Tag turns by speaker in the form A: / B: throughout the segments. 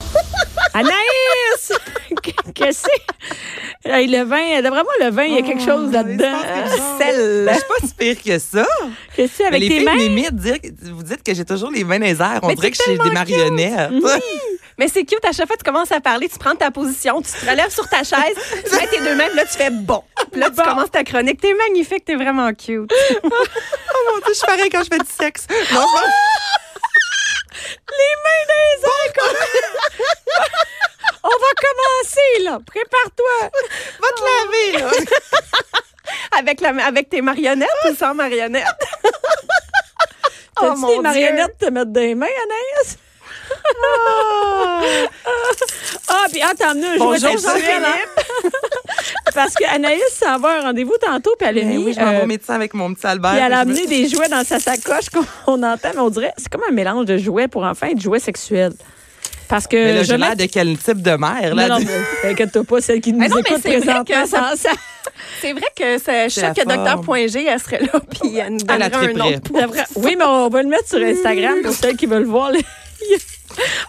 A: Anaïs! Qu'est-ce que c'est? Hey, le vin, d'après moi, le vin, il y a quelque chose là-dedans.
B: Celle. Ben, Je suis pas si pire que ça.
A: Qu'est-ce que c'est
B: Mais
A: avec
B: les
A: tes
B: filles
A: mains?
B: m'imitent, dire, vous dites que j'ai toujours les mains dans les airs. On
C: Mais
B: dirait
C: t'es
B: que je suis des marionnettes.
C: Mais c'est cute, à chaque fois, tu commences à parler, tu prends ta position, tu te relèves sur ta chaise, tu mets tes deux mains, puis là, tu fais bon. Puis là, tu commences ta chronique. T'es magnifique, t'es vraiment cute.
B: oh mon dieu, je suis pareil quand je fais du sexe. Non,
A: Oh,
B: c'est pas-
A: On va commencer, là. Prépare-toi.
B: va te laver. là.
C: Avec, la, avec tes marionnettes ou sans marionnettes?
A: T'as-tu
C: Oh mon
A: des
C: Dieu.
A: marionnettes te mettre des mains, Anaïs? ah, puis ah, t'as emmené un jouet
B: Bonjour,
A: sexuel, hein? Parce qu'Anaïs s'en va à un rendez-vous tantôt, puis elle a
B: Ben
A: mis,
B: oui, je m'en vais
A: euh,
B: au médecin avec mon petit Albert.
A: puis elle a
B: puis je me-
A: amené des jouets dans sa sacoche qu'on on entend, mais on dirait c'est comme un mélange de jouets pour enfants et de jouets sexuels. Parce que
B: Mais là, j'ai
A: Jonathan-
B: l'air de quel type de mère, là?
A: euh, Non, non, mais t'inquiète-toi pas, celle qui nous
C: Mais non, mais
A: écoute
C: c'est vrai
A: présentement
C: que ça-
A: sans ça.
C: C'est vrai que ça, je
B: C'est
C: suis
B: la
C: sûre que
B: forme.
C: Dr. Point G, elle serait là, puis elle nous
B: Elle la
C: donnerait un
B: triperait.
C: autre.
A: D'après- Oui, mais on va le mettre sur Instagram pour celles qui veulent voir. les-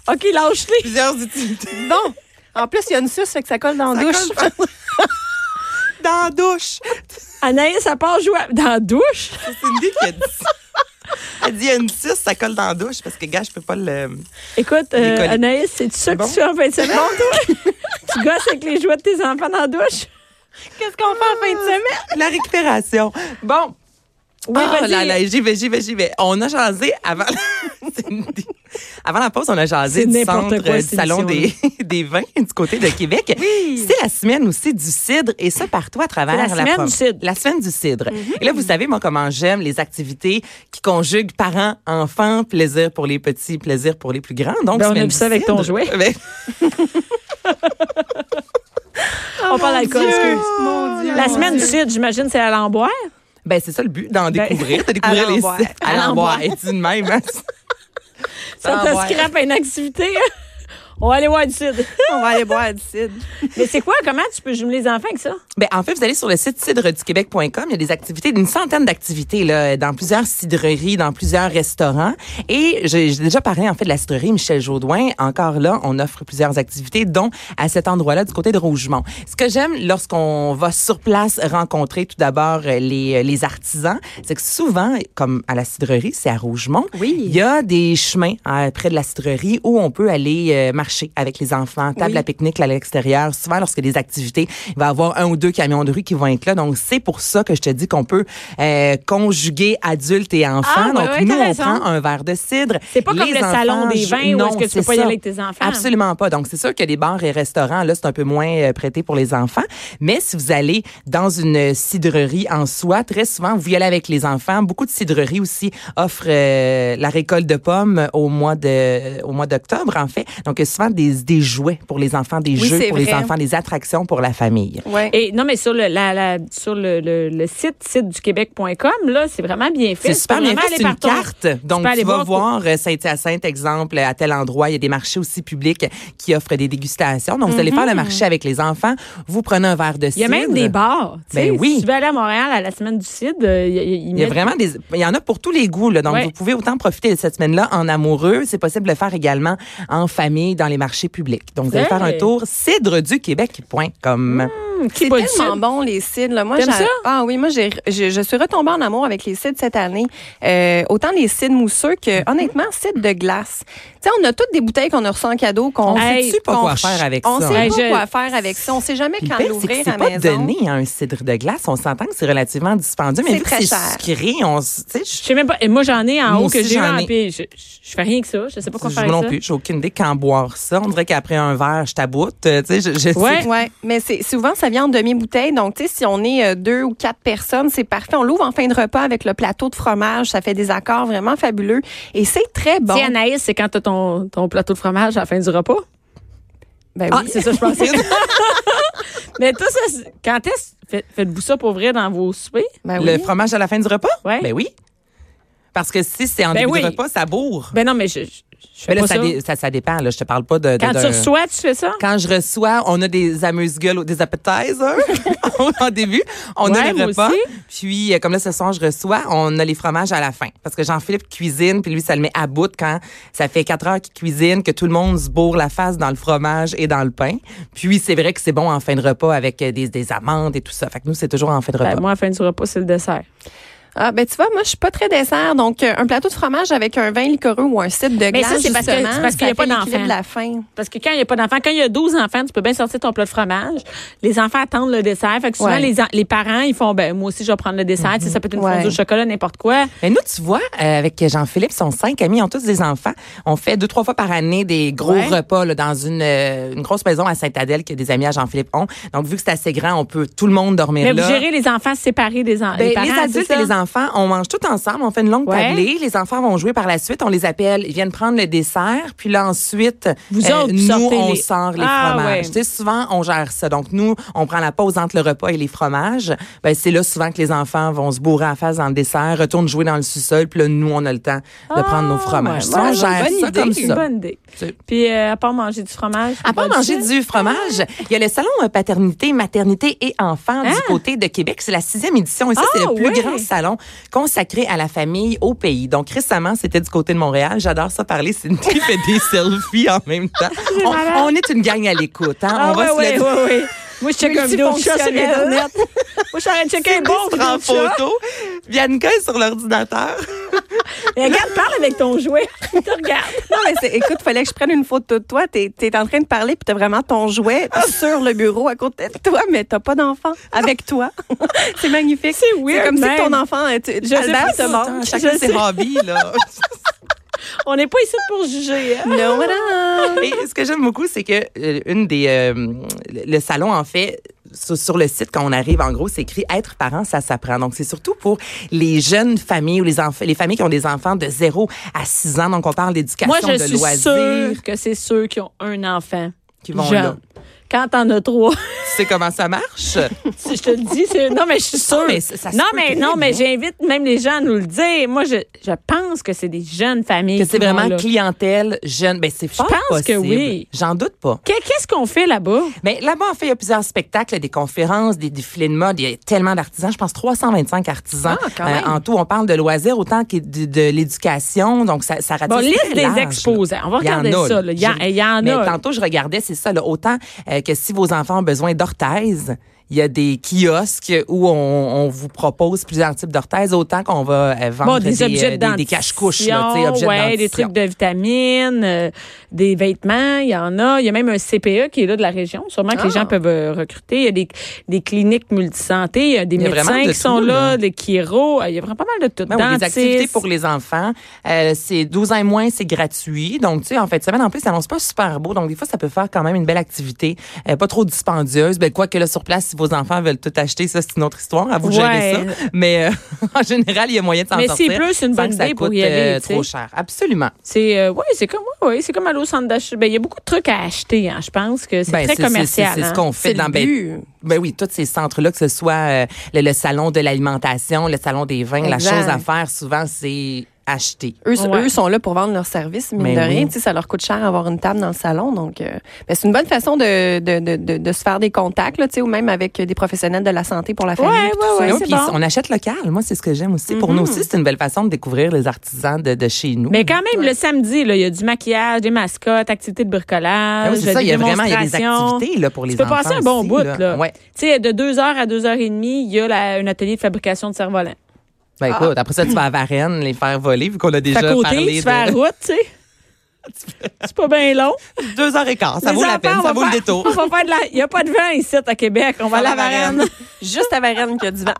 A: OK, lâche-les.
B: Plusieurs utilités.
C: Bon, en plus, il y a une suce, fait que ça colle dans la douche.
B: colle Dans la douche.
A: Anaïs, à part jouer à- dans la douche.
B: C'est Cindy qui a dit ça. Elle dit, il y a une suce, ça colle dans la douche parce que, gars, je peux pas le.
A: Écoute, euh,
B: Décollé.
A: Anaïs, c'est ça que
B: Bon.
A: tu fais en fin de semaine, toi? tu gosses avec les jouets de tes enfants dans la douche?
C: Qu'est-ce qu'on fait en fin de semaine?
B: La récupération. Bon.
A: Oui,
B: Ah,
A: vas-y.
B: là, là, j'y vais, j'y vais, j'y vais. On a jasé avant la... Cindy. avant la pause, on a jasé
A: C'est
B: du
A: n'importe
B: centre,
A: quoi,
B: euh, du
A: cette
B: salon des, des vins du côté de Québec. C'est la semaine aussi du cidre et ça partout à travers
A: C'est la semaine
B: prom-
A: du cidre. Mm-hmm.
B: La semaine du cidre. Et là, vous savez, moi, comment j'aime les activités qui conjuguent parents, enfants, plaisir pour les petits, plaisir pour les plus grands. Donc,
A: Ben, on
B: semaine
A: aime
B: du
A: ça avec ton
B: cidre.
A: jouet.
B: Ben,
A: on parle d'alcool,
B: Oh, Dieu!
A: excuse.
C: Mon Dieu.
A: La semaine du cidre, j'imagine, c'est à l'emboire.
B: ben, c'est ça le but, d'en
A: Ben,
B: découvrir, de
C: à
B: découvrir les
C: l'envoi.
B: cidres.
A: À
B: À
A: l'envoi.
B: l'envoi. Et tu de même. hein?
A: Ça te
B: L'emboire.
A: scrape à une activité. hein? on va aller voir du cidre.
C: On va aller boire du cidre.
A: mais c'est quoi? Comment tu peux jumeler les enfants avec ça?
B: Ben, en fait, vous allez sur le site cidreduquebec.com. Il y a des activités, une centaine d'activités là, dans plusieurs cidreries, dans plusieurs restaurants. Et j'ai j'ai déjà parlé en fait de la cidrerie Michel Jaudoin. Encore là, on offre plusieurs activités, dont à cet endroit-là du côté de Rougemont. Ce que j'aime lorsqu'on va sur place rencontrer tout d'abord euh, les, les artisans, c'est que souvent, comme à la cidrerie, c'est à Rougemont,
C: Oui.
B: il y a des chemins euh, près de la cidrerie où on peut aller euh, marcher avec les enfants, table
C: Oui.
B: à pique-nique à l'extérieur. Souvent, lorsque des activités, il va y avoir un ou deux camions de rue qui vont être là. Donc, c'est pour ça que je te dis qu'on peut euh, conjuguer adultes et enfants.
A: Ah, ouais,
B: Donc,
A: ouais,
B: nous,
A: t'as
B: on
A: raison.
B: prend un verre de cidre.
A: C'est pas comme
B: Les
A: le
B: enfants
A: salon des
B: jouent-
A: vins où
B: Non,
A: est-ce que tu
B: c'est
A: peux pas y aller
B: ça.
A: avec tes enfants.
B: Absolument pas. Donc, c'est sûr que les bars et restaurants, là, c'est un peu moins euh, prêté pour les enfants. Mais si vous allez dans une cidrerie en soi, très souvent, vous y allez avec les enfants. Beaucoup de cidreries aussi offrent euh, la récolte de pommes au mois de au mois d'octobre, en fait. Donc, il y a souvent des, des jouets pour les enfants, des
C: Oui,
B: jeux
C: c'est
B: pour les
C: vrai.
B: enfants, des attractions pour la famille.
C: Ouais.
A: Et non, mais sur le, la, la- sur le, le, le site, site du Québec.com, là, c'est vraiment bien fait.
B: C'est
A: Tu
B: super
A: peux
B: bien
A: vraiment
B: fait,
A: aller
B: c'est une
A: partout.
B: carte. Donc,
A: peux aller
B: tu vas
A: voir-
B: voir euh, Saint-Hyacinthe, exemple, à tel endroit. Il y a des marchés aussi publics qui offrent des dégustations. Donc, vous allez faire le marché avec les enfants. Vous prenez un verre de
A: Mm-hmm. Il y a même des bars. tu sais.
B: Ben oui.
A: Si tu veux aller à Montréal à la semaine du CID, euh, il y a- ils
B: Il y a
A: mettent-
B: vraiment des, il y en a pour tous les goûts, là. Donc,
A: Ouais.
B: vous pouvez autant profiter de cette semaine-là en amoureux. C'est possible de le faire également en famille dans les marchés publics. Donc, vous allez
A: Hey.
B: faire un tour cidreduquebec.com.
A: qui
C: C'est
A: pas du
C: tellement
A: cidre.
C: bon les cides. Là. Moi,
A: T'aimes
C: j'ai-
A: ça?
C: Ah oui, moi j'ai, je, je suis retombée en amour avec les cides cette année. Euh, autant les cides mousseux que honnêtement cides de glace. Tu sais, on a toutes des bouteilles qu'on a reçues en cadeau qu'on
B: On
A: Hey,
B: sait-tu pas
C: qu'on-
B: quoi faire avec
C: on
B: ça? hein?
C: sait
A: Hey,
C: pas
A: je-
C: quoi faire avec ça. On sait jamais
B: Puis
C: quand
B: le pire, c'est que
C: l'ouvrir
B: c'est
C: à
B: pas
C: maison.
B: donné à un cidre de glace. On s'entend que c'est relativement dispendieux, mais
C: C'est
B: vu que
C: très
B: c'est
C: cher.
B: sucré, on, s- tu sais, je-
A: Je sais même pas. Et moi, j'en ai en
B: Moi
A: haut que
B: aussi,
A: j'ai
B: j'en
A: un,
B: ai.
A: puis je, je- je fais rien que ça. Je sais pas quoi
B: Je-
A: faire avec
B: moi non
A: ça.
B: plus, j'ai aucune idée quand boire ça. On dirait qu'après un verre, je taboute. Euh, Tu sais, je, je-
A: Ouais.
C: Ouais, mais c'est souvent ça vient en demi-bouteille. Donc, tu sais, si on est euh, deux ou quatre personnes, c'est parfait. On l'ouvre en fin de repas avec le plateau de fromage. Ça fait des accords vraiment fabuleux et c'est très bon.
A: Tu sais, Anaïs, c'est quand t'as ton, ton plateau de fromage à la fin du repas.
C: Ben
A: Ah,
C: oui.
A: c'est ça, je pensais. mais tout ça, c'est- quand est-ce. fait- Faites-vous ça pour vrai dans vos soupers?
C: Ben oui.
B: Le fromage à la fin du repas?
A: Ouais.
B: Ben oui. Parce que si c'est en
A: Ben
B: début
A: oui.
B: de repas, ça bourre.
A: Ben non, mais je, je- Je fais
B: Mais là,
A: pas
B: ça,
A: ça.
B: dé- ça, ça dépend. Là, je te parle pas de. de-
A: Quand tu
B: d'un-
A: reçois, tu fais ça?
B: Quand je reçois, on a des amuse-gueules, ou des appetizers en début. On
A: Ouais,
B: a le
A: moi
B: repas.
A: aussi.
B: Puis, euh, comme là, ce soir, je reçois, on a les fromages à la fin. Parce que Jean-Philippe cuisine, puis lui, ça le met à bout quand ça fait quatre heures qu'il cuisine, que tout le monde se bourre la face dans le fromage et dans le pain. Puis, c'est vrai que c'est bon en fin de repas avec euh, des, des amandes et tout ça. Fait que nous, c'est toujours en fin de repas.
A: Ben, moi, à la fin du repas, c'est le dessert.
C: Ah, ben tu vois, moi, je suis pas très dessert. Donc, euh, un plateau de fromage avec un vin liquoreux ou un site de glace,
A: ça, c'est parce que-
C: justement,
A: c'est parce qu'il y a
C: ça
A: pas
C: fait l'équilibre
A: d'enfant.
C: de la fin.
A: Parce que quand il n'y a pas d'enfants, quand il y a 12 enfants, tu peux bien sortir ton plat de fromage. Les enfants attendent le dessert. Fait que souvent,
C: Ouais.
A: les, en- les parents, ils font, ben, moi aussi, je vais prendre le
B: Mm-hmm.
A: dessert. Tu sais, ça peut être une
C: Ouais.
A: fondue au chocolat, n'importe quoi.
B: Mais nous, tu vois, euh, avec Jean-Philippe, ils sont cinq amis, ils ont tous des enfants. On fait deux, trois fois par année des gros
A: Ouais.
B: repas là, dans une, euh, une grosse maison à Sainte-Adèle que des amis à Jean-Philippe ont. Donc, vu que c'est assez grand, on peut tout le monde dormir
A: Mais
B: là.
A: vous gérez les enfants séparés des en-
B: Ben,
A: des parents.
B: les adultes et les enfants, on mange tout ensemble, on fait une longue
A: Ouais.
B: tablée, les enfants vont jouer par la suite, on les appelle, ils viennent prendre le dessert, puis là ensuite, euh,
A: Vous autres, vous
B: nous,
A: sortez
B: on
A: les-
B: sort les
A: Ah, ouais.
B: fromages. Tu sais, souvent, on gère ça. Donc, nous, on prend la pause entre le repas et les fromages. Ben, c'est là souvent que les enfants vont se bourrer en face dans le dessert, retournent jouer dans le sous-sol, puis là, nous, on a le temps de prendre nos fromages.
A: Ah, ouais,
B: Ça, on
A: ouais,
B: gère
A: bonne
B: ça
A: idée,
B: comme
A: une
B: ça.
A: bonne idée.
B: C'est-
A: Puis, euh, à part manger du fromage.
B: À part
A: vous
B: manger
A: mangez-
B: du fromage, il y a le salon euh, paternité, maternité et enfants du
A: Ah.
B: côté de Québec. C'est la sixième édition et ça, c'est
A: Ah,
B: le plus
A: ouais.
B: grand salon consacré à la famille au pays. Donc récemment, c'était du côté de Montréal. J'adore ça parler. Cindy fait des selfies en même temps. On,
A: Ah, malade.
B: on est une gang à l'écoute. Hein?
A: Ah,
B: on
A: ouais,
B: va se
A: ouais,
B: le dire.
A: ouais, ouais. Moi, je check un vidéo de chat sur
C: Multifonctionnel.
A: Internet. Moi, je suis en train de checker un
B: Cindy
A: bon
B: se prend en
A: vidéo de chat.
B: photo. Bianca est sur l'ordinateur.
A: Mais Regarde, parle avec ton jouet. Tu regardes.
C: Non, mais c'est- écoute, fallait que je prenne une photo de toi. T'es es en train de parler, puis t'as vraiment ton jouet sur le bureau à côté de toi, mais t'as pas d'enfant avec toi. c'est magnifique.
A: C'est weird,
C: comme si ton
A: même.
C: enfant, euh, tu,
A: sais
C: Albert
A: pas
C: te
A: si-
C: manque.
A: Je
B: Chacun ses
A: sais.
B: hobbies, là.
A: On n'est pas ici pour juger. hein.
C: No, voilà.
B: Et ce que j'aime beaucoup, c'est que euh, une des euh, le le salon en fait sur, sur le site quand on arrive, en gros, c'est écrit être parent, ça s'apprend. Donc c'est surtout pour les jeunes familles ou les enfants, les familles qui ont des enfants de 0 à 6 ans. Donc on parle d'éducation,
A: Moi, je
B: de
A: suis
B: loisirs,
A: sûre que c'est ceux qui ont un enfant.
B: qui vont
A: jeune.
B: là.
A: Quand t'en as trois,
B: Tu sais comment ça marche
A: si je te le dis, c'est. Non, mais je suis sûre.
B: Non, mais ça- ça se
A: non,
B: peut hein.
A: mais,
B: très
A: non, mais
B: bien.
A: j'invite même les gens à nous le dire. Moi, je, je pense que c'est des jeunes familles.
B: que c'est
A: qui vont
B: vraiment
A: là.
B: clientèle jeune. Ben c'est fort
A: pense que
B: possible.
A: oui.
B: J'en doute pas.
A: Qu'est- Qu'est-ce qu'on fait là-bas?
B: Mais là-bas, en fait, il y a plusieurs spectacles, des conférences, des défilés de mode. Il y a tellement d'artisans. Je pense 325 artisans Euh,
C: Ah, quand même.
B: en tout. On parle de loisirs autant que de, de l'éducation. Donc, ça, ça ratisse
A: Bon, liste
B: Ah, très
A: des
B: large, là.
A: exposés. On va
B: Il y en
A: regarder
B: a,
A: ça, là. Il y en-
B: Je-
A: il y en
B: mais
A: a.
B: tantôt, je regardais, c'est ça. Là, autant euh, que si vos enfants ont besoin d'orthèses, il y a des kiosques où on, on vous propose plusieurs types d'orthèses, autant qu'on va euh, vendre
A: Bon, des,
B: euh,
A: objets
B: des,
A: de
B: des,
A: dentition,
B: cache-couches, là, tu sais, objets de
A: ouais, des
B: dentition.
A: trucs de vitamines, euh, des vêtements, il y en a. Il y a même un CPE qui est là de la région, sûrement que les
B: Ah.
A: gens peuvent euh, recruter. Il y a des, des cliniques multisanté, il y a des
B: Il y a
A: médecins
B: vraiment de
A: qui
B: tout,
A: sont là,
B: là.
A: des chiros, euh, il y a vraiment pas mal de tout.
B: Ben oui, les
A: Dentistes.
B: activités pour les enfants, euh, c'est 12 ans et moins, c'est gratuit. Donc, tu sais, en fait, semaine, en plus, ça annonce pas super beau. Donc, des fois, ça peut faire quand même une belle activité, euh, pas trop dispendieuse. Ben, quoi que là, sur place, si vos enfants veulent tout acheter, ça, c'est une autre histoire. À vous de gérer
A: Ouais.
B: ça. Mais euh, en général, il y a moyen de s'en
A: Mais
B: sortir.
A: c'est plus une
B: sans
A: bonne
B: que ça
A: idée pour
B: coûte, euh,
A: y aller, tu sais.
B: trop cher. Absolument.
A: C'est euh, ouais, c'est comme ouais, ouais, c'est comme aller au centre d'achat. Ben il y a beaucoup de trucs à acheter, hein, je pense que c'est
B: Ben,
A: très commercial.
B: C'est c'est
A: hein.
B: ce qu'on fait
C: C'est
B: dans
C: le
B: ben,
C: but.
B: Ben oui, tous ces centres-là, que ce soit euh, le, le salon de l'alimentation, le salon des vins, la
C: Exact.
B: chose à faire souvent, c'est acheter.
C: Eux,
A: Ouais.
C: eux sont là pour vendre leurs services, mine
B: Mais
C: de rien.
B: oui.
C: Tu sais, Ça leur coûte cher avoir une table dans le salon. Donc, euh, ben, c'est une bonne façon de, de, de, de, de se faire des contacts, là, tu sais, ou même avec des professionnels de la santé pour la famille.
A: Ouais,
C: puis
A: ouais,
C: tout ça.
A: ouais.
B: Non,
A: c'est
B: puis
A: bon. Mm-hmm.
B: On achète local. Moi, c'est ce que j'aime aussi. Pour nous aussi, c'est une belle façon de découvrir les artisans de, de chez nous.
A: Mais quand même, le samedi, là, il y a du maquillage, des mascottes, activités de bricolage. euh,
B: Ah oui, c'est ça,
A: des
B: il y a vraiment il y a des
A: démonstrations.
B: activités là, pour les
A: Tu peux
B: enfants.
A: passer un bon
B: aussi,
A: bout, là.
B: Ouais.
A: Tu sais, de 2h à 2h30, il y a la- un atelier de fabrication de cerf-volant.
B: Ben écoute, après ça, tu vas à Varennes les faire voler, vu qu'on a déjà
A: Ah. Fait à côté,
B: parlé
A: tu fais la
B: de
A: route, tu sais. C'est pas bien long.
B: deux heures et quart. Ça
A: Les
B: vaut la
A: enfants,
B: peine,
A: on
B: ça
A: va
B: vaut le
A: faire-
B: détour.
A: on va faire de la- Il n'y a pas de vent ici à Québec. On va à la Varenne.
C: Juste à Varenne qu'il y a du vent.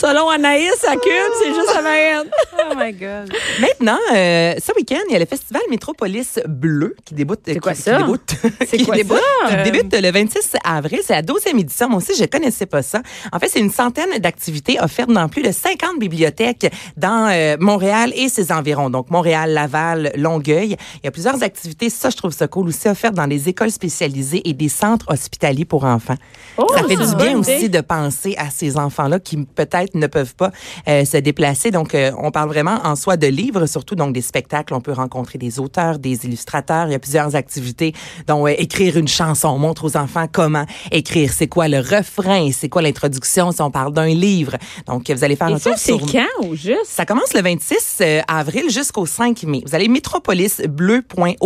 A: Selon Anaïs, à Cube, c'est juste la Varenne.
C: oh my God.
B: Maintenant, euh, ce week-end, il y a le festival Métropolis Bleu qui débute. C'est
A: quoi ça? C'est quoi
B: débute,
A: ça?
B: qui débute le 26 avril. C'est la 12e édition. Moi aussi, je connaissais pas ça. En fait, c'est une centaine d'activités offertes dans plus de 50 bibliothèques dans euh, Montréal et ses environs. Donc, Montréal, Laval, Longueuil. Il y a plusieurs activités. Ça, je trouve ça cool aussi, offertes dans les écoles spécialisées et des centres hospitaliers pour enfants.
A: Oh,
B: ça fait
A: c'est
B: du
A: une
B: bien
A: bonne idée.
B: aussi de penser à ces enfants-là qui peut-être ne peuvent pas euh, se déplacer. Donc, euh, on parle vraiment en soi de livres, surtout donc des spectacles. On peut rencontrer des auteurs, des illustrateurs. Il y a plusieurs activités, dont euh, écrire une chanson. On montre aux enfants comment écrire. C'est quoi le refrain? C'est quoi l'introduction si on parle d'un livre? Donc, vous allez faire
A: Et
B: un
A: ça,
B: tour
A: c'est
B: sur...
A: quand au juste?
B: Ça commence le 26 euh, avril jusqu'au 5 mai. Vous allez métropolisbleu.org.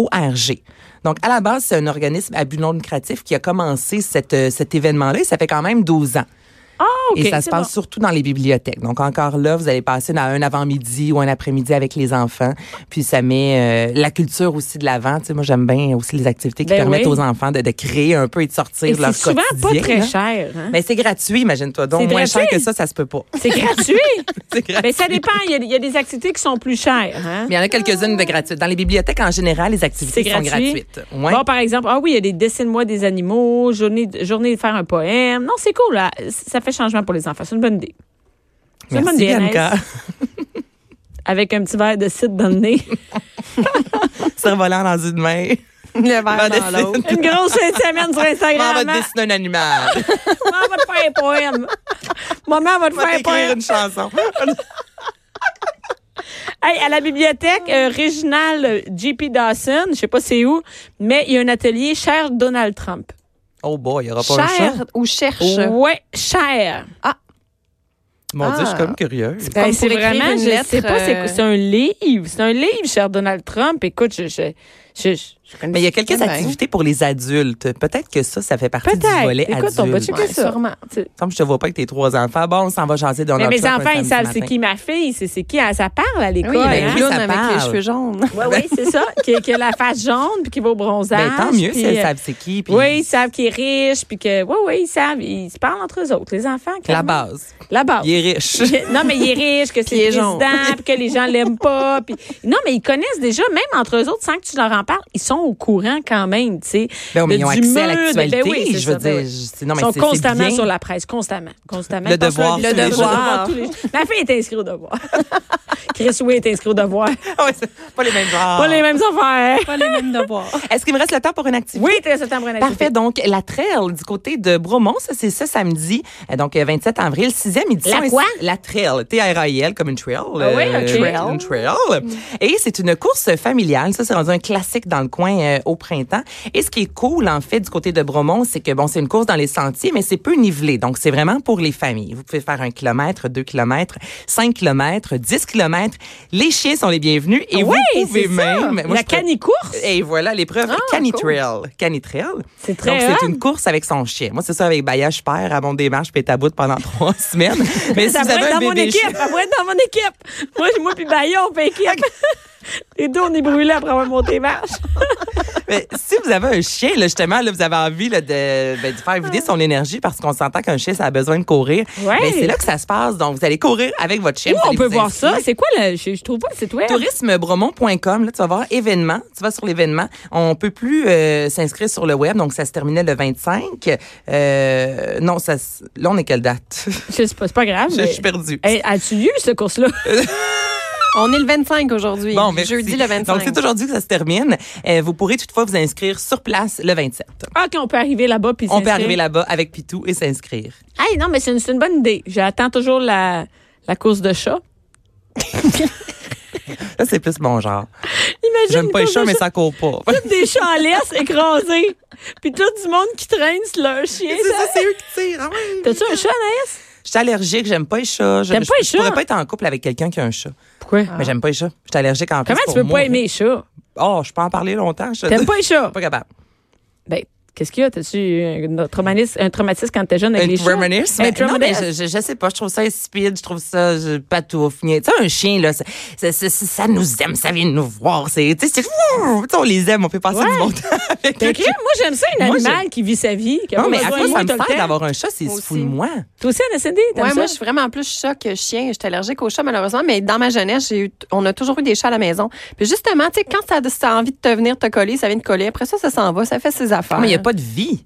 B: Donc, à la base, c'est un organisme à but non lucratif qui a commencé cette, euh, cet événement-là et ça fait quand même 12 ans.
A: Ah, OK.
B: et ça se
A: c'est
B: passe surtout dans les bibliothèques. Donc, encore là, vous allez passer dans un avant-midi ou un après-midi avec les enfants. Puis, ça met euh, la culture aussi de l'avant. Tu sais, moi, j'aime bien aussi les activités qui
A: Ben
B: permettent
A: oui.
B: aux enfants de, de créer un peu et de sortir
A: bon. Et
B: de leur
A: c'est souvent
B: quotidien,
A: pas très
B: là.
A: cher. hein?
B: Mais c'est gratuit, imagine-toi. Donc,
A: C'est
B: moins cher
A: gratuit?
B: que ça, ça se peut pas.
A: C'est gratuit.
B: C'est gratuit.
A: Mais Ben, ça dépend. Il y, a, il y a des activités qui sont plus chères. Hein?
B: Mais il y en a quelques-unes de gratuites. Dans les bibliothèques, en général, les
A: C'est
B: activités sont
A: gratuit.
B: gratuites. Ouais.
A: Bon, par exemple, ah oui, il y a des dessine-moi des animaux, journée, de- journée de faire un poème. Non, c'est cool. là. Ça fait changement pour les enfants. C'est une bonne idée. C'est une bonne
B: Merci,
A: idée,
B: Bianca.
A: Anaïs. Avec un petit verre de cidre dans le nez.
B: Cerf-volant dans une main.
C: Le verre
B: Va
C: dans
B: dessiner.
C: l'autre.
A: Une grosse fin de semaine sur
B: Maman
A: Instagram.
B: va te
A: hein?
B: dessiner un animal.
A: Maman va te faire un poème. Maman va te
B: Va
A: faire un
B: t'écrire
A: poème.
B: une chanson.
A: Hey, à la bibliothèque euh, régionale JP Dawson, je sais pas c'est où, mais il y a un atelier cher Donald Trump.
B: Oh boy, il n'y aura pas un
C: Cher
B: chat. Oh.
C: ou cherche.
A: Ouais, cher.
B: Mon Dieu, je suis
C: Ah.
B: comme curieuse.
C: Comme
A: Ben, c'est
C: pour écrire
A: vraiment,
C: une
A: je
C: lettre,
A: sais pas, c'est
C: euh,
A: quoi- c'est un livre, c'est un livre, cher Donald Trump. Écoute, je, je, je, je- je connais-
B: Mais il y a quelques
C: Ben.
B: activités pour les adultes. Peut-être que ça, ça fait partie du
A: Peut-être.
B: volet
A: Écoute, on va
B: adulte.
A: checker
C: Ouais,
A: ça.
C: sûrement.
A: Tu-
B: Comme je te vois pas avec tes trois enfants, bon, on s'en va jaser dans
A: Mais
B: notre
A: mes
B: shop un
A: enfants, ils
B: samedi
A: savent c'est
B: matin.
A: qui ma fille, c'est c'est qui. elle- Ça parle à l'école.
C: Oui,
B: ben
C: le
A: hein?
B: oui,
C: clown
B: ça
C: avec les
B: parle.
C: cheveux jaunes.
A: Oui, oui, c'est ça. Qui, qui a la face jaune, puis qui va au bronzage.
B: Ben, tant mieux,
A: puis,
B: si elles
A: euh,
B: savent c'est qui. puis
A: Oui, ils savent qu'il est riche, puis que. Oui, oui, ils savent. Ils se parlent entre eux autres, les enfants.
B: La
A: clairement.
B: base.
A: La base.
B: Il est riche.
A: non, mais il est riche, que c'est
C: il
A: le
C: est jaune.
A: président, puis que les gens l'aiment pas. Puis... Non, mais ils connaissent déjà, même entre eux autres, sans que tu leur en parles, ils sont au courant quand même, tu sais.
B: Ben, oui, mais
A: de-
B: ils ont
A: du
B: accès à
A: mur, de-
B: l'actualité.
A: ben oui, c'est
B: je veux
A: ça, ben
B: dire,
A: oui.
B: je- c'est- non, mais
A: Ils sont
B: c'est- c'est
A: constamment
B: bien.
A: sur la presse, constamment. constamment.
B: Le
A: Ils passent
B: devoir,
A: leur vie
C: le
A: sur
C: devoir.
A: tous les jours. Ma fille est inscrite au devoir. Chris Way est inscrit au devoir.
B: Ouais, c'est pas les mêmes genres.
A: Pas les mêmes affaires.
C: Pas les mêmes devoirs.
B: Est-ce qu'il me reste le temps pour une activité?
A: Oui, t'es septembre à
B: Parfait. Donc, la trail du côté de Bromont, ça, c'est ce samedi. Euh, Donc, euh, 27 avril, 6e édition.
A: La quoi? Ah
B: La trail. T-R-A-I-L, comme une trail.
A: oui,
B: euh,
A: ok.
B: trail. Une trail.
A: Mm.
B: Et c'est une course familiale. Ça, c'est rendu un classique dans le coin euh, au printemps. Et ce qui est cool, en fait, du côté de Bromont, c'est que, bon, c'est une course dans les sentiers, mais c'est peu nivelé. Donc, c'est vraiment pour les familles. Vous pouvez faire un kilomètre, deux kilomètres, cinq kilomètres, dix kilomètres. Les chiens sont les bienvenus. Et
A: Oui,
B: vous pouvez
A: Ah c'est ça.
B: même... Moi,
A: La
B: je pré-
A: canicourse.
B: et voilà l'épreuve Canitrail. Canitrail.
A: Ah, C'est très
B: Donc, c'est
A: hot.
B: une course avec son chien. Moi, c'est ça avec Baya, je perds à mon démarche pétabout pendant trois semaines. Mais si
A: Ça
B: vous
A: pourrait
B: avez
A: être
B: un
A: dans mon
B: bébé
A: équipe.
B: chien,
A: Ça pourrait être dans mon équipe. Moi, moi puis Bayon, on fait équipe. Les deux, on est brûlés après avoir monté marche.
B: mais si vous avez un chien, là, justement, là, vous avez envie là, de, ben, de faire vider son énergie parce qu'on s'entend qu'un chien, ça a besoin de courir.
A: Ah. Ouais.
B: Mais c'est là que ça se passe. Donc, vous allez courir avec votre chien.
A: Où
B: vous
A: on
B: allez
A: peut
B: vous
A: voir
B: inscrire.
A: ça? C'est quoi le. Je, je trouve pas le site web.
B: tourismebromont.com. Là, tu vas voir événements. Tu vas sur l'événement. On peut plus euh, s'inscrire sur le web. Donc, ça se terminait le 25. Euh, non, ça, se- là, on est quelle date?
A: Je Euh, sais pas, c'est pas grave.
B: je,
A: mais-
B: je suis perdue.
A: Hey, As-tu eu ce course-là?
C: On est le 25 aujourd'hui.
B: Bon, merci.
C: Jeudi le 25.
B: Donc, c'est aujourd'hui que ça se termine. Euh, vous pourrez toutefois vous inscrire sur place le 27.
A: Ah, OK, on peut arriver là-bas puis
B: On peut
A: s'inscrire.
B: arriver là-bas avec Pitou et s'inscrire.
A: Hey, non, mais c'est une, c'est une bonne idée. J'attends toujours la, la course de chat.
B: Ça, c'est plus mon genre.
A: Imagine.
B: Ah, J'aime
A: une
B: pas les
A: course
B: chats,
A: de
B: mais ça court pas.
A: Toutes des chats en laisse écrasés. Puis tout du monde qui traîne sur leur chien.
B: C'est
A: ça.
B: ça, c'est eux qui tirent. Ah oui.
A: T'as-tu un chat, Anaïs?
B: Je suis allergique, j'aime pas les chats. Ah. Je-
A: T'aimes
B: je-
A: pas les
B: Je
A: chats?
B: pourrais pas être en couple avec quelqu'un qui a un chat.
A: Pourquoi?
B: Mais j'aime pas les chats. Je suis allergique en plus.
A: Comment tu
B: pour
A: peux pas
B: mourir.
A: aimer les chats?
B: Oh, je peux en parler longtemps. Je
A: T'aimes pas les chats?
B: pas capable.
A: Ben, qu'est-ce qu'il y a? T'as-tu eu un traumatisme, un traumatisme quand t'étais jeune avec
B: Un
A: les chats?
B: traumatisme?
A: Un
B: Mais Euh, Non, mais
A: traumatisme.
B: je, je, je sais pas, je trouve ça insipide, je trouve ça je, patouffe. niais. Tu sais, un chien, là, ça, ça, ça- ça- ça nous aime, ça vient nous voir. C'est, tu sais, c'est- Ouh! Tu sais, on les aime, on peut passer du
A: Ouais.
B: bon temps avec
A: Fait
B: eux.
A: que là, moi, j'aime ça, un
B: Moi,
A: animal qui vit sa vie. Qui a
B: Non,
A: pas
B: mais
A: besoin
B: à quoi
A: de
B: ça
A: moi
B: me
A: tout le
B: sert
A: temps.
B: d'avoir un chat? C'est
C: Moi
B: se fout de
C: aussi.
B: moi.
A: Toi aussi, Anaïs, t'aimes
C: Ouais,
A: ça?
C: moi, je suis vraiment plus chat que chien. J'étais allergique aux chats, malheureusement, mais dans ma jeunesse, j'ai eu, on a toujours eu des chats à la maison. Puis justement, tu sais, quand ça, ça a envie de te venir te coller, ça vient te coller. Après ça, ça s'en va, ça fait ses affaires.
B: Mais il n'y a pas de vie.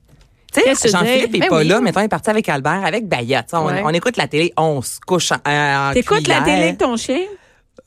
B: Tu
A: Qu'est-ce que tu
B: sais, Jean-Philippe
A: dis?
B: n'est
C: Ben
B: pas
C: oui.
B: là. Maintenant, il est parti avec Albert, avec Bayat. Tu sais, On,
C: Ouais.
B: on écoute la télé, on se couche en, en
A: T'écoutes la
B: cuillère.
A: télé avec ton chien?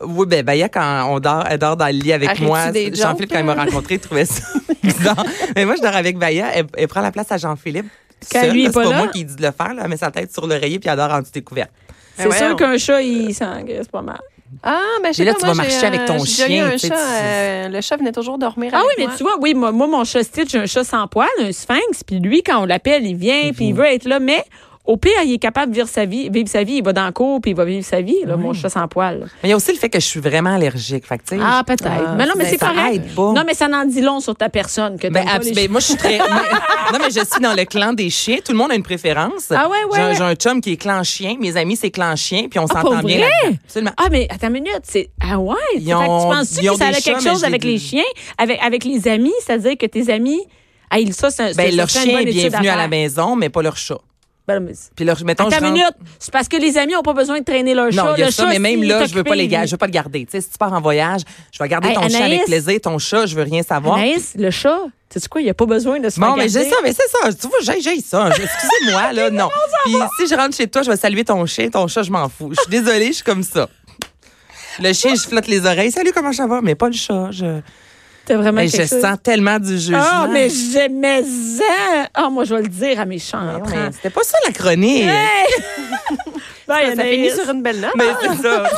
B: Oui, ben Baya, quand on dort, elle dort dans le lit avec
C: Arrête-tu
B: moi.
C: des
B: Jean-Philippe,
C: jokes,
B: quand il m'a
A: hein?
C: là?
B: rencontré, il trouvait ça bizarre. Mais moi, je dors avec Baya, elle, elle prend la place à Jean-Philippe.
A: Quand
B: seul,
A: lui
B: là,
A: est
B: c'est
A: pas
B: pas
A: là?
B: moi qui dis de le faire, là. elle met sa tête sur l'oreiller puis elle dort en dessous des couvertes.
A: C'est
C: ouais,
A: sûr
C: on-
A: qu'un chat, il s'engraisse pas mal.
C: Ah, ben, je sais
B: Mais là,
C: pas,
B: tu
C: moi,
B: vas
C: j'ai
B: marcher avec
C: un-
B: ton
C: j'ai déjà eu
B: chien,
C: un
B: tu sais,
C: chat,
B: tu-
C: euh, le chat venait toujours dormir
A: Ah
C: avec
A: oui, mais
C: moi.
A: tu vois, oui, moi, moi, mon chat Stitch, j'ai un chat sans poil, un sphinx, puis lui, quand on l'appelle, il vient, puis il
B: Mhm.
A: veut être là, mais au pire, il est capable de vivre sa vie, vivre sa vie, il va dans le cours, puis il va vivre sa vie, là, mon chat sans poil.
B: Mais il y a aussi le fait que je suis vraiment allergique. Fait que, tu sais,
A: Ah, peut-être. mais non, mais
B: ben,
A: c'est
B: ça
A: correct.
B: aide pas.
A: Non, mais ça n'en dit long sur ta personne que t'aimes
B: Ben,
A: pas
B: abs-
A: les
B: ben, moi, je suis très. mais- non, mais je suis dans le clan des chiens. Tout le monde a une préférence.
A: Ah ouais, ouais,
B: J'ai un-
A: ouais.
B: J'ai un chum qui est clan chien. Mes amis, c'est clan chien. Puis on
A: Ah,
B: s'entend
A: pour
B: bien.
A: vrai?
B: là-dedans. Absolument.
A: Ah, mais attends une minute. C'est... Ah ouais? Fait que
B: ont-
A: tu penses-tu
B: ils ont
A: que ça
B: des
A: a quelque
B: chats, mais
A: chose
B: je
A: avec
B: les-
A: les chiens, avec, avec les amis? C'est-à-dire que tes amis... Ah, ils- ça, c'est un-
B: Ben,
A: ça,
B: leur
A: ça serait
B: chien est
A: une bonne étude
B: bienvenu à la
A: faire.
B: maison, mais pas leur chat.
A: Ben, mais c'est-
B: Puis leur, mettons,
A: Attends
B: je
A: une
B: rentre-
A: minute. C'est parce que les amis n'ont pas besoin de traîner leur chat.
B: Non, il y a
A: Le
B: ça,
A: chat,
B: mais même
A: s'il
B: là,
A: est
B: je veux pas les
A: occupé,
B: gars,
A: il-
B: je veux pas le garder. Tu sais, si tu pars en voyage, je vais garder
A: Hey,
B: ton chat avec
A: Anaïs.
B: plaisir, ton chat, je veux rien savoir.
A: Anaïs, le chat, tu sais quoi, il n'y a pas besoin de se
B: Bon,
A: faire
B: mais j'ai
A: garder.
B: ça, mais c'est ça. Tu vois, j'ai, j'ai ça. Je- Excusez-moi, là, non. Puis si je rentre chez toi, je vais saluer ton chien. Ton chat, je m'en fous. Je suis désolée, je suis comme ça. Le chien, je flotte les oreilles. Salut, comment ça va? Mais pas le chat. Je,
A: T'as vraiment
B: Hey,
A: quelque
B: Ben, je
A: chose.
B: sens tellement du jugement.
A: Ah, mais j'aimais ça. Ah, moi, je vais le dire à mes chants.
B: Non, mais C'était pas ça la chronique.
A: Hey! Bye,
C: Ça finit
A: Anaïs.
B: Ben,
C: sur une belle note.
B: Mais c'est ça.